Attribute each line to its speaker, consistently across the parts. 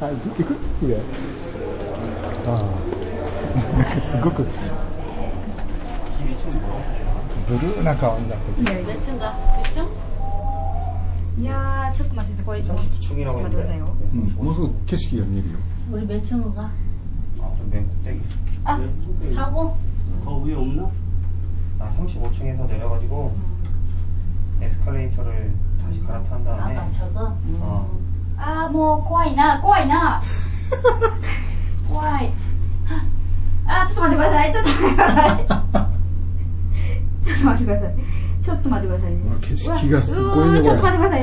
Speaker 1: あ、い行く上。ああ。 なんかすごく。ブルーな顔になってる。
Speaker 2: 몇층가? 몇층
Speaker 3: いやー、ちょっと待ってください。これ、ちょっと待ってくださいよ。
Speaker 1: うん、もうすぐ景色が見えるよ。
Speaker 2: 우리 몇 층으로 가?
Speaker 4: 아, 좀 맨, 저기.
Speaker 2: 아,
Speaker 4: 네.
Speaker 2: 사고?
Speaker 5: 더 위에 없나?
Speaker 4: 아, 35층에서 내려가지고 에스컬레이터를 다시 갈아탄 다음에
Speaker 2: 아까 저거? 음.
Speaker 4: 어.
Speaker 3: あー、もう怖いな、怖いな。怖い。あー、ちょっと待ってください。ちょっと待ってください。ちょっと待ってください。ちょっと待ってくださいね
Speaker 1: うわ。景色がすごいね
Speaker 3: う
Speaker 1: これ
Speaker 3: わうわーちょっと待ってください。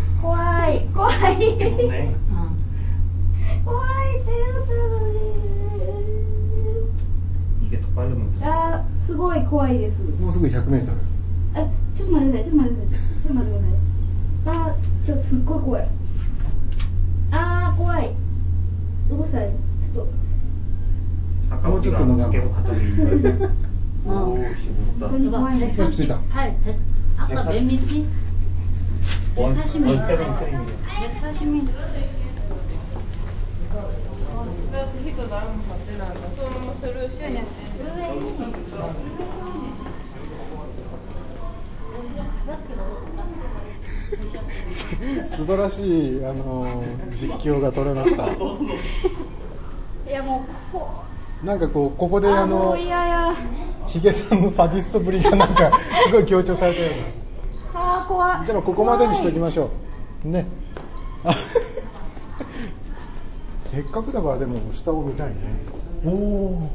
Speaker 3: 怖い、怖い。
Speaker 4: 높네.
Speaker 2: 어.
Speaker 3: 怖いです。
Speaker 4: 이게 더 빠르면
Speaker 3: あー、すごい怖いです。
Speaker 1: もうすぐ100メートル。
Speaker 3: え、ちょっと待ってください、ちょっと待ってください、ちょっと待ってください。あー、ちょっとすっごい怖い。あー、怖い。どうしたらいいちょっ
Speaker 4: 아까
Speaker 1: 어,
Speaker 4: 우리가
Speaker 1: 어쨌든
Speaker 4: 밖에
Speaker 1: 그냥.
Speaker 4: 갔던 게
Speaker 2: 어.
Speaker 4: 오, 씨, 무섭다.
Speaker 3: 음.
Speaker 2: 이거 138, 100. 아까 몇
Speaker 4: 140.
Speaker 2: 미터? 140 미터.
Speaker 4: 원세븐 세븐이요.
Speaker 2: 140 미터.
Speaker 6: Pero tú sí te daban bastante nada, solo no se lo decían, ya te-
Speaker 2: 가볍게 먹었다.
Speaker 1: 素晴らしい、あのー実況が取れました。
Speaker 3: と。いや、もう、こ
Speaker 1: なんかこう、ここで
Speaker 3: あ
Speaker 1: あ
Speaker 3: ー、も
Speaker 1: の
Speaker 3: う、いやいや。
Speaker 1: ヒゲさんのサディストぶりがなんか、すごい強調されたよ
Speaker 3: あー、
Speaker 1: う
Speaker 3: 怖
Speaker 1: な。
Speaker 3: い。
Speaker 1: じゃあここまでにしておきま
Speaker 3: し
Speaker 1: しょう。ね。あ せっかくだからでも下を見たいね。おお。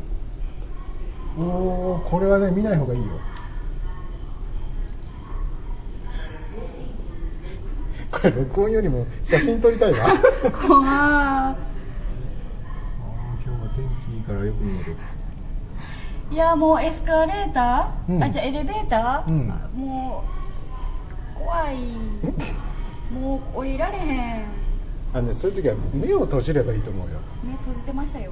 Speaker 1: おお、これはね、見ない方がいいよ。 これ録音よりも写真撮り たいわ。
Speaker 3: 怖
Speaker 1: あー今日は天気いいからよく見える。
Speaker 3: い。いや、もうエスカレーター、
Speaker 1: うん
Speaker 3: あ、じゃあエレベーター、
Speaker 1: うん
Speaker 3: あもう、怖い。もう降りられへん。
Speaker 1: あのね、そういう時は目を閉じればいいと思うよ。
Speaker 3: 目閉じてましたよ。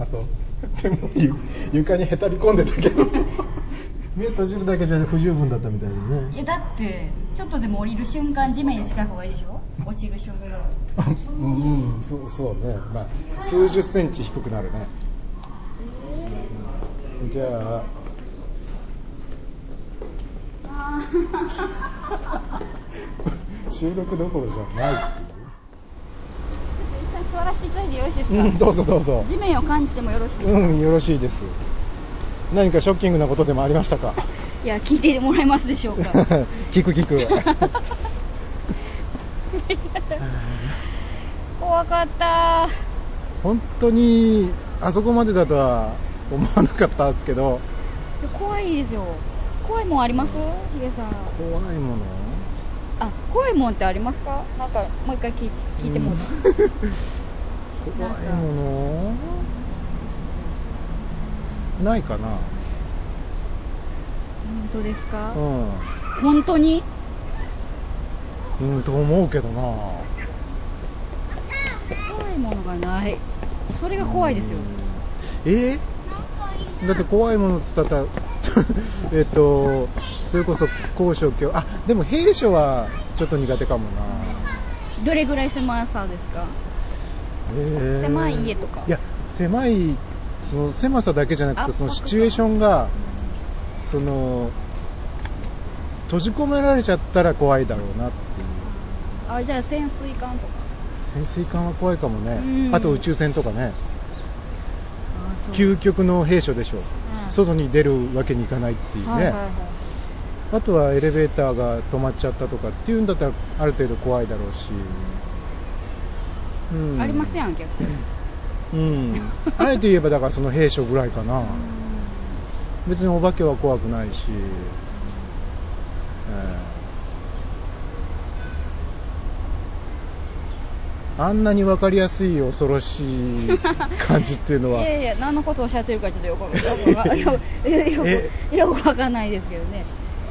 Speaker 1: あ、そう。 でもゆ床にへたり込んでたけど。目閉じるだけじゃ不十分だったみたいで
Speaker 3: い。や、だって、ちょっとでも降りる瞬間、地面に近い方がいいでしょ落ちる瞬間。
Speaker 1: うん、うん、そう、そうね。まあ、数十センチ低くなるね。じゃあ、
Speaker 3: あ
Speaker 1: 収録どころじゃな
Speaker 3: 座らせていただいてよろしいです
Speaker 1: い。
Speaker 3: か、
Speaker 1: うん、どうぞどうぞ。
Speaker 3: 地面を感じてもよろしいですか、
Speaker 1: うん、よろしいです。何かショッキングなことでもありましたか
Speaker 3: いや聞いてもらえますでしょうか
Speaker 1: 聞く聞く。
Speaker 3: 怖かった
Speaker 1: 本当にあそこまでだとは思わなかったですけど
Speaker 3: 怖いですよ怖いもんありますヒゲさん
Speaker 1: 怖いもの
Speaker 3: あ怖いもんってありますかなんかもう一回聞い聞いてもらって、
Speaker 1: うん怖いものないかな
Speaker 3: 本当ですか、
Speaker 1: う
Speaker 3: 本当に
Speaker 1: ん、うん、と思うけどな
Speaker 3: 怖いものがないそれが怖いですよ、
Speaker 1: えーだって怖いものって言ったら えっとそれこそ高所恐あでも兵所はちょっと苦手かもな
Speaker 3: どれぐらい狭さですか
Speaker 1: へー
Speaker 3: 狭い家とか
Speaker 1: いや狭いその狭さだけじゃなくて
Speaker 3: 圧迫
Speaker 1: そのシチュエーションがその閉じ込められちゃったら怖いだろうなっていう
Speaker 3: あじゃあ潜水艦とか
Speaker 1: 潜水艦は怖いかも
Speaker 3: う
Speaker 1: ね
Speaker 3: ん
Speaker 1: あと宇宙船とかね
Speaker 3: あそう
Speaker 1: 究極の兵所でしょう
Speaker 3: うん
Speaker 1: 外に出るわけにいかないっていうね、
Speaker 3: はいはいはい
Speaker 1: あとはエレベーターが止まっちゃったとかっていうんだったらある程度怖いだろうし、うん
Speaker 3: ありますやん結構
Speaker 1: うん、あえて言えばだからその兵所ぐらいかな別にお化けは怖くないし、えーあんなに分かりやすい恐ろしい感じっていうのはい
Speaker 3: やいや何のことをおっしゃってるかちょっとよくわよくわ よくよくよくわかんないですけどね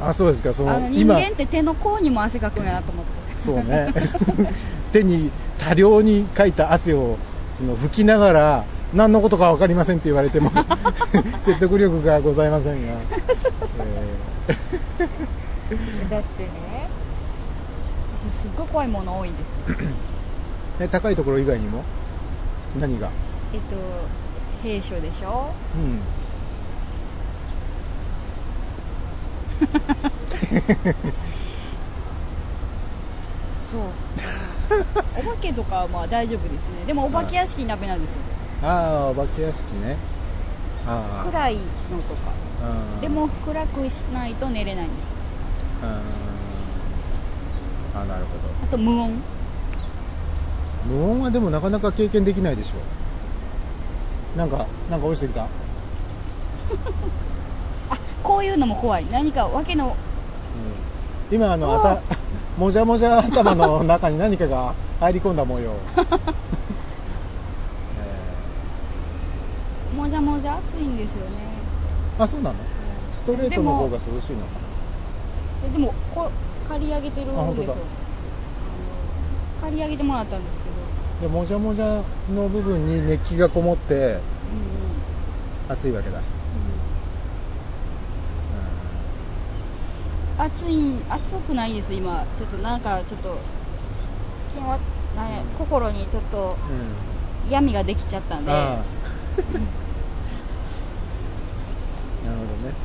Speaker 1: あそうですかそ
Speaker 3: あ
Speaker 1: の
Speaker 3: の人
Speaker 1: 今
Speaker 3: 間って手の甲にも汗かくんやなと思って
Speaker 1: そう ね 手に多量にかいた汗をその拭きながら何のことか分かりませんって言われても 説得力がございませんが、えー
Speaker 3: だってねすっごい怖いもの多いんですよ
Speaker 1: え高いところ以外にも何が
Speaker 3: えっと兵所で しょ
Speaker 1: うん
Speaker 3: そうかお化けとかはまあ大丈夫ですねでもお化け屋敷ダメなんですよ
Speaker 1: ああお化け屋敷ねああ
Speaker 3: 暗いのとか
Speaker 1: ああ
Speaker 3: でも暗くしないと寝れないんです
Speaker 1: あああなるほ
Speaker 3: あと無音
Speaker 1: ど無音はでもなかなか経験できないでしょなんかなんか落ちてきた
Speaker 3: あこういうのも怖い何かわけの
Speaker 1: うん今あのあたもじゃもじゃ頭の中に何かが入り込んだ 模様、え
Speaker 3: もじゃもじゃ暑いんですよね
Speaker 1: ーあそうなのストレートの方が涼しいのか
Speaker 3: えでもこ借り上げてる
Speaker 1: あ本
Speaker 3: ん
Speaker 1: 当
Speaker 3: です
Speaker 1: だ
Speaker 3: よ借り上げてもらったんですけど
Speaker 1: なでもじゃもじゃの部分に熱気がこもって
Speaker 3: うん
Speaker 1: 暑いわけだ、
Speaker 3: うん暑い暑くないです今ちょっとなんかちょっと気もなんや心にちょっと
Speaker 1: うんうん
Speaker 3: 闇ができちゃったんで
Speaker 1: ああなるほどね、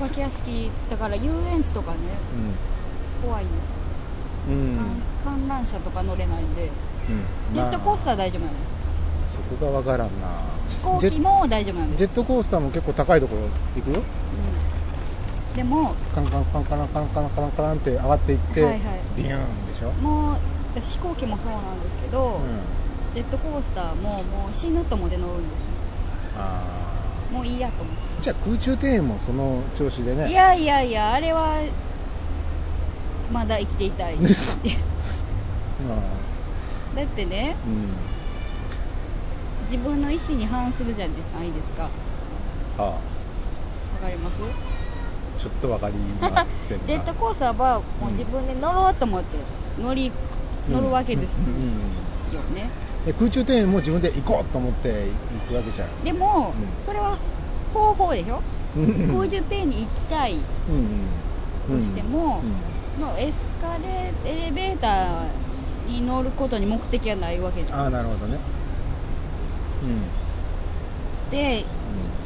Speaker 3: お化け屋敷だから遊園地とかね怖いんです
Speaker 1: うんうん
Speaker 3: 観観覧車とか乗れないんで、
Speaker 1: うん
Speaker 3: ジェットコースター
Speaker 1: まあ
Speaker 3: 大丈夫なんです
Speaker 1: そこがわからんな
Speaker 3: 飛行機も大丈夫なんです
Speaker 1: ジェットコースターも結構高いところ行くよ
Speaker 3: うんでも
Speaker 1: カンカンカンカンカンカンカンカンって上がっていって、
Speaker 3: はいはい
Speaker 1: ビューンでしょ
Speaker 3: もう私飛行機もそうなんですけ
Speaker 1: う
Speaker 3: ど、
Speaker 1: ん、
Speaker 3: ジェットコースターももう死ぬと思って乗るんです
Speaker 1: あ
Speaker 3: よもういいやと思って、
Speaker 1: ーじゃあ空中庭園もその調子でね
Speaker 3: いやいやいやあれはまだ生きてい たいですだってね
Speaker 1: うん、うん、
Speaker 3: 自分の意思に反するじゃないですかわ
Speaker 1: あ
Speaker 3: かります
Speaker 1: ーちょっとわかりません
Speaker 3: ジェットコースターはもう自分で乗ろうと思って乗り乗るわけです
Speaker 1: うんうん
Speaker 3: よね、
Speaker 1: で空中庭園も自分で行こうと思って行くわけじゃん
Speaker 3: でも、
Speaker 1: うん
Speaker 3: それは方法でしょ
Speaker 1: うん
Speaker 3: 空中庭園に行きたい
Speaker 1: うん
Speaker 3: としても、のエスカレエレベーターに乗ることに目的はないわけじ
Speaker 1: あ
Speaker 3: ゃ
Speaker 1: あ
Speaker 3: ん
Speaker 1: なるほどねうん
Speaker 3: って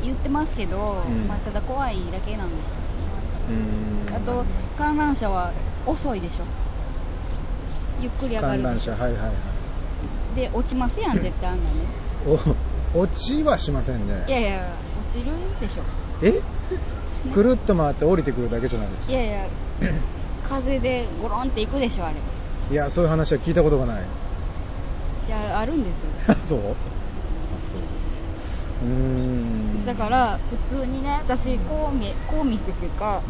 Speaker 3: 言ってますけど、
Speaker 1: うん
Speaker 3: まあ、ただ怖いだけなんです
Speaker 1: うん
Speaker 3: あと観覧車は遅いでしょゆっくり上が
Speaker 1: 観
Speaker 3: る
Speaker 1: 覧
Speaker 3: でし
Speaker 1: 車
Speaker 3: ょ
Speaker 1: はいはいはい
Speaker 3: で落ちますやん絶対あんなね
Speaker 1: お落ちはしませんね
Speaker 3: いやいや落ちるでしょ
Speaker 1: え くるっと回って降りてくるだけじゃないですか
Speaker 3: いやいや 風でゴロンっていくでしょあれい
Speaker 1: いやそういう話は聞いたことがない
Speaker 3: やあるんですよ
Speaker 1: そうあそううーん
Speaker 3: だから普通にね私神戸神戸っていうか
Speaker 1: う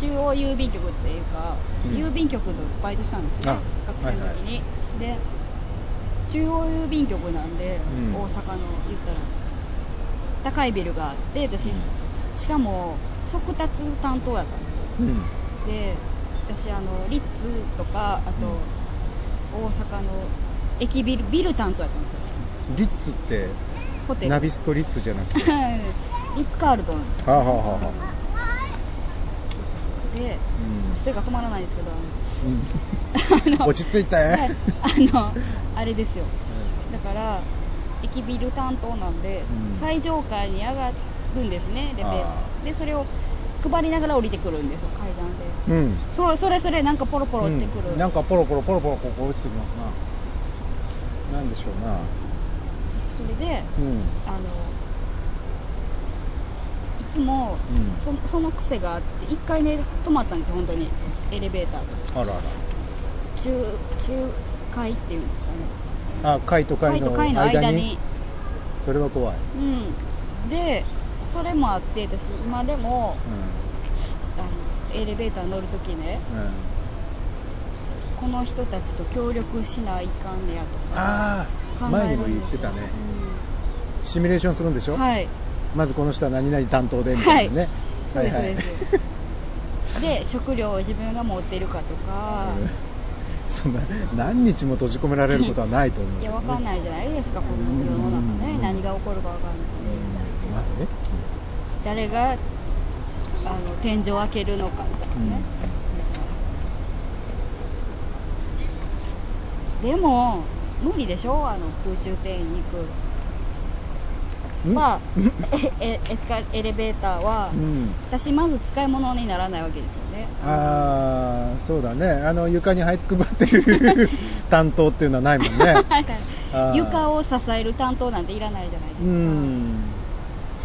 Speaker 3: 中央郵便局っていうか、
Speaker 1: うん
Speaker 3: 郵便局のバイトしたんですね
Speaker 1: あ
Speaker 3: 学生の時に、で中央郵便局なんで、
Speaker 1: うん
Speaker 3: 大阪の言ったら高いビルがあって私、しかも速達担当やったんです
Speaker 1: ん
Speaker 3: よ
Speaker 1: うん
Speaker 3: で私あのリッツとかあと、大阪の駅ビルビル担当やったんで
Speaker 1: リッ
Speaker 3: すよ
Speaker 1: ツって
Speaker 3: ホテル
Speaker 1: ナビスコリッツじゃなくて
Speaker 3: リッツカールトン
Speaker 1: はあはあはあは
Speaker 3: で
Speaker 1: あ
Speaker 3: 背が止まらないですけど
Speaker 1: うん、うん、落ち着いた
Speaker 3: はい
Speaker 1: ね
Speaker 3: あのあれですよだから駅ビル担当なんで、
Speaker 1: うん
Speaker 3: 最上階に上がるんですねレベル
Speaker 1: あ
Speaker 3: でそれを配りながら降りてくるんですよ階段で
Speaker 1: うん
Speaker 3: それそれそれなんかポロポロってくる、
Speaker 1: うんなんかポロポロポロポロここ落ちてきますななんでしょうな
Speaker 3: そそれで
Speaker 1: うん
Speaker 3: あのいつも、
Speaker 1: うん
Speaker 3: そその癖があって1回ね止まったんですよ本当にエレベーターが
Speaker 1: あらあ
Speaker 3: 中中階っていうんですかね
Speaker 1: らあ階と階の
Speaker 3: 階と
Speaker 1: 間
Speaker 3: 階
Speaker 1: に
Speaker 3: の間に
Speaker 1: それは怖い、
Speaker 3: うんでそれもあって私今でもあのエレベーター乗るときね
Speaker 1: うんうん、
Speaker 3: この人たちと協力しないかんねやと
Speaker 1: ああ
Speaker 3: 考
Speaker 1: 前
Speaker 3: え
Speaker 1: にも
Speaker 3: る
Speaker 1: 言
Speaker 3: ん
Speaker 1: っ
Speaker 3: です
Speaker 1: て
Speaker 3: よ
Speaker 1: たね、シミュレーションするんでし
Speaker 3: う
Speaker 1: ょ、
Speaker 3: んはい
Speaker 1: まずこの人は何々担当でみたいなね、
Speaker 3: そうです、
Speaker 1: はいはい
Speaker 3: そうですで食料を自分が持ってるかとか、
Speaker 1: うんそんな何日も閉じ込められることはないと思うけ
Speaker 3: い
Speaker 1: ど
Speaker 3: や
Speaker 1: ね、
Speaker 3: わかんないじゃないですかこの世の中ね、
Speaker 1: うん
Speaker 3: 何が起こるかわかんない
Speaker 1: うんまあね
Speaker 3: 誰があの天井を開けるのかとかね、でも無理でしょあの空中庭園に行く
Speaker 1: ん
Speaker 3: まあえ えエスカエレベーターは、
Speaker 1: うん
Speaker 3: 私まず使い物にならないわけですよね
Speaker 1: ああそうだねあの床に這いつくばってる担当っていうのはないも んね
Speaker 3: なんか
Speaker 1: あー
Speaker 3: 床を支える担当なんていらないじゃないです
Speaker 1: う
Speaker 3: か、め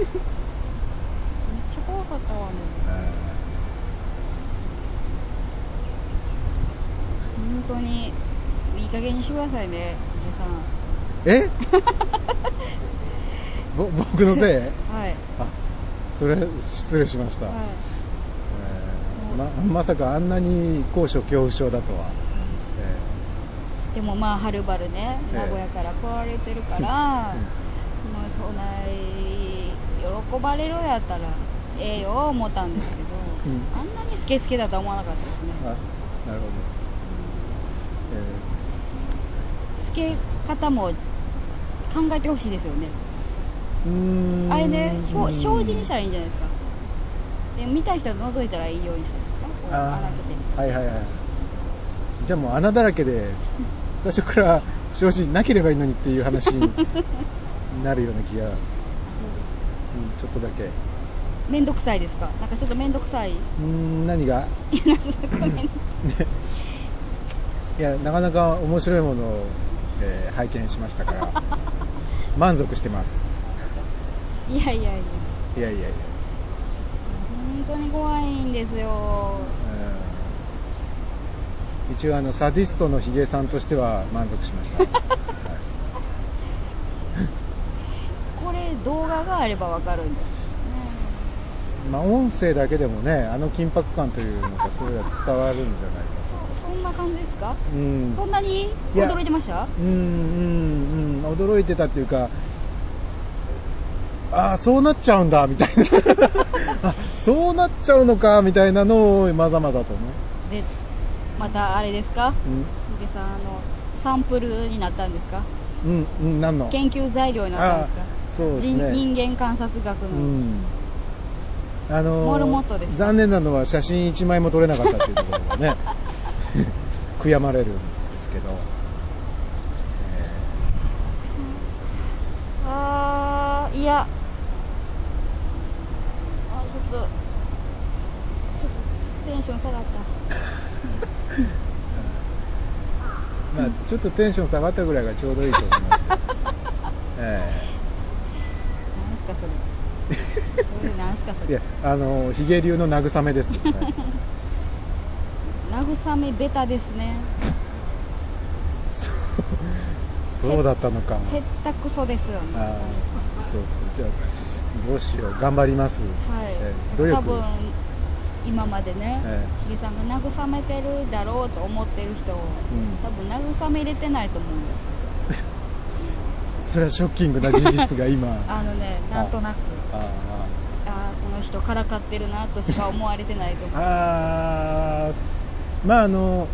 Speaker 3: っ
Speaker 1: ん
Speaker 3: ちゃ怖かったわもう本当にいい加減にしてくださいね皆さん
Speaker 1: え ぼ僕のせい
Speaker 3: はい
Speaker 1: あそれ失礼しました、
Speaker 3: はい
Speaker 1: えーままさかあんなに高所恐怖症だとは、
Speaker 3: でもまあはるばるね
Speaker 1: ええ
Speaker 3: 名古屋から来られてるか
Speaker 1: う
Speaker 3: ら、
Speaker 1: ん
Speaker 3: もうそない喜ばれるやったらええよ思ったんですけど、
Speaker 1: うん
Speaker 3: あんなにスケスケだとは思わなかったですね
Speaker 1: えー、あなるほど、
Speaker 3: つけ方も考えてほしいですよね
Speaker 1: えーうーん
Speaker 3: あれねひょ障子にしたらいいんじゃないですかで見たい人は覗いたらいいようにしたんですかこう
Speaker 1: あ
Speaker 3: 穴開けて
Speaker 1: ーはいはいはいじゃあもう穴だらけ で最初から障子なければいいのにっていう話になるような気が、うん、ちょっとだけう
Speaker 3: めんどくさいですかなんかちょっとめんどくさい
Speaker 1: ーん何が
Speaker 3: なんかごめん
Speaker 1: いやなかなか面白いものを、えー拝見しましたから 満足してます
Speaker 3: いやいやいや
Speaker 1: いやいやいや
Speaker 3: 本当に怖いんですよ
Speaker 1: うん一応あのサディストのヒゲさんとしては満足しま した、はい
Speaker 3: これ動画があればわかるんです
Speaker 1: まあ、音声だけでもねあの緊迫感というのがそれは伝わるんじゃないか
Speaker 3: そそんな感じですか
Speaker 1: とうん
Speaker 3: そんなに
Speaker 1: いや
Speaker 3: 驚いてました
Speaker 1: うんうんうん驚いてたっていうかああそうなっちゃうんだみたいな あそうなっちゃうのかみたいなのをまざまざとね、
Speaker 3: でまたあれですか
Speaker 1: うん
Speaker 3: ヒゲさんあのサンプルになったんですか
Speaker 1: うん、うん、なんの
Speaker 3: 研究材料になったんですか
Speaker 1: あそうですね
Speaker 3: 人人間観察学の、
Speaker 1: うんあのー
Speaker 3: モルモットですか
Speaker 1: 残念なのは写真1枚も撮れなかったっていうところがね 悔やまれるんですけど、
Speaker 3: あーいやあちょっとちょっとテンション下 がった
Speaker 1: えー まあ、ちょっとテンション下がったぐらいがちょうどいいと思い ます、え
Speaker 3: 何すかそれそれ何すかそ
Speaker 1: えい
Speaker 3: れ
Speaker 1: やあのーヒゲ流の慰め ですよね
Speaker 3: 慰めベタですね
Speaker 1: そうだったのか
Speaker 3: へったくそですよね
Speaker 1: あーそうそうじゃあどうしよう頑張ります、
Speaker 3: はい、
Speaker 1: えー努力
Speaker 3: 多分今までね、
Speaker 1: え
Speaker 3: ヒゲさんが慰めてるだろうと思ってる人を、
Speaker 1: ん
Speaker 3: 多分慰めれてないと思うんです
Speaker 1: それはショッキングな事実が今
Speaker 3: あのねなんとなく
Speaker 1: あー
Speaker 3: ああこの人からかってるなとしか思われてない と思う
Speaker 1: あーまああの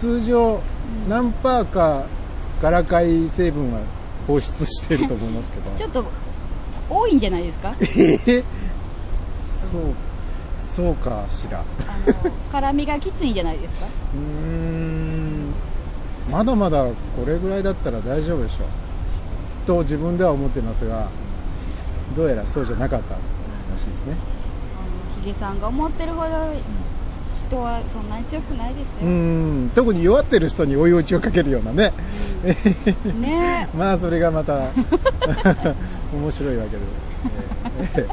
Speaker 1: 通常
Speaker 3: うん
Speaker 1: 何パーかガラカイ成分は放出してると思いますけど
Speaker 3: ちょっと多いんじゃないですか
Speaker 1: えーそうそうかしら
Speaker 3: あの辛みがきついんじゃないですか
Speaker 1: うーんまだまだこれぐらいだったら大丈夫でしょうと自分では思ってますがどうやらそうじゃなかったらしいですね
Speaker 3: あのヒゲさんが思ってるほど人はそんなに強くないです
Speaker 1: う
Speaker 3: よ、
Speaker 1: ん特に弱ってる人に追い打ちをかけるようなね、
Speaker 3: ね
Speaker 1: まあそれがまた 面白いわけで、え ー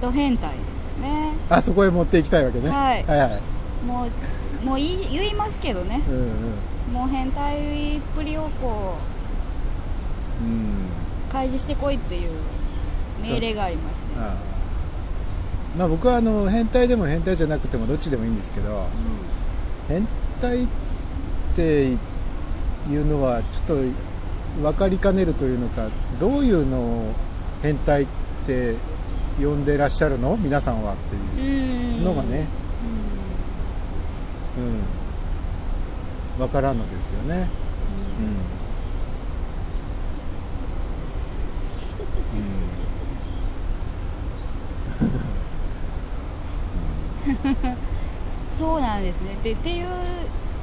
Speaker 3: ド変態ですよね
Speaker 1: あそこへ持っていきたいわけね、
Speaker 3: はい
Speaker 1: はいはい
Speaker 3: もうもう言い言いますけどね
Speaker 1: うんうん
Speaker 3: もう変態っぷりをこ
Speaker 1: うん
Speaker 3: う開示してこいっていう命令がありまして、
Speaker 1: あーまあ僕はあの変態でも変態じゃなくてもどっちでもいいんですけど
Speaker 3: う
Speaker 1: 変態っていうのはちょっと分かりかねるというのかどういうのを変態って呼んでらっしゃるの皆さんはっていう。
Speaker 3: んうん
Speaker 1: のがね、うん、わからんのですよね。
Speaker 3: そうなんですねでっていう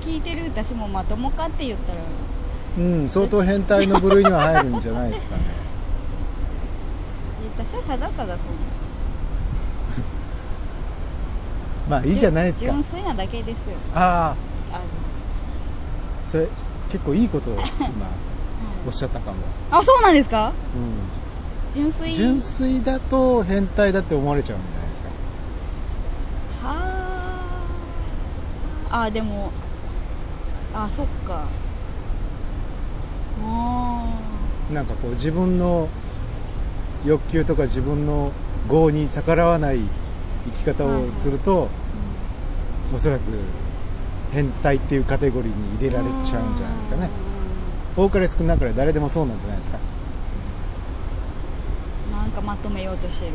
Speaker 3: 聞いてる私もまともかって言ったら
Speaker 1: うん、相当変態の部類には入るんじゃないですかね。
Speaker 3: 私はただただその
Speaker 1: まあいいじゃないですか
Speaker 3: 純。粋なだけですよ
Speaker 1: ああ、
Speaker 3: あの
Speaker 1: それ結構いいことを今おっしゃったかも。
Speaker 3: あそうなんですか
Speaker 1: う
Speaker 3: 純粋
Speaker 1: ん、純粋だと変態だって思われちゃうんじゃないですか。
Speaker 3: はああでもあそっかあ
Speaker 1: なんかこう自分の欲求とか自分の業に逆らわない生き方をすると、おそらく変態っていうカテゴリーに入れられちゃうんじゃないですかね。多かれ少なかれ誰でもそうなんじゃないですか。
Speaker 3: あなんかまとめようとしてる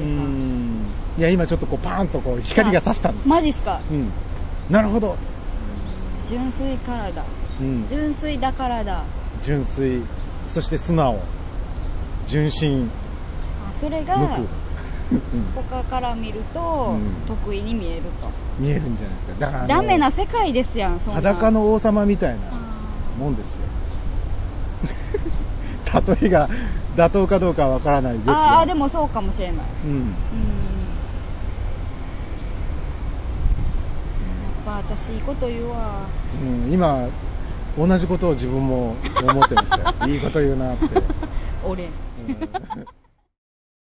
Speaker 1: う
Speaker 3: でさ
Speaker 1: ん。いや今ちょっとこうパーンとこう光が差したんです。
Speaker 3: マジっすか
Speaker 1: うん。なるほど。
Speaker 3: 純粋からだ
Speaker 1: うん。
Speaker 3: 純粋だからだ
Speaker 1: 純粋、そして素直、純真、
Speaker 3: あそれ
Speaker 1: 無
Speaker 3: が
Speaker 1: 垢。うん
Speaker 3: 他から見ると
Speaker 1: うん
Speaker 3: 得意に見えると、
Speaker 1: 見えるんじゃないですか。だからあの
Speaker 3: ダメな世界ですやんそんな
Speaker 1: 裸の王様みたいなもんですよ。 例えが妥当かどうかはわからないですが。
Speaker 3: ああで。もそうかもしれない
Speaker 1: うん。
Speaker 3: うんやっぱ私いいこと言うわ
Speaker 1: うん、今、 同じことを自分も思ってましたよ。いいこと言うなって。
Speaker 3: 俺
Speaker 1: うん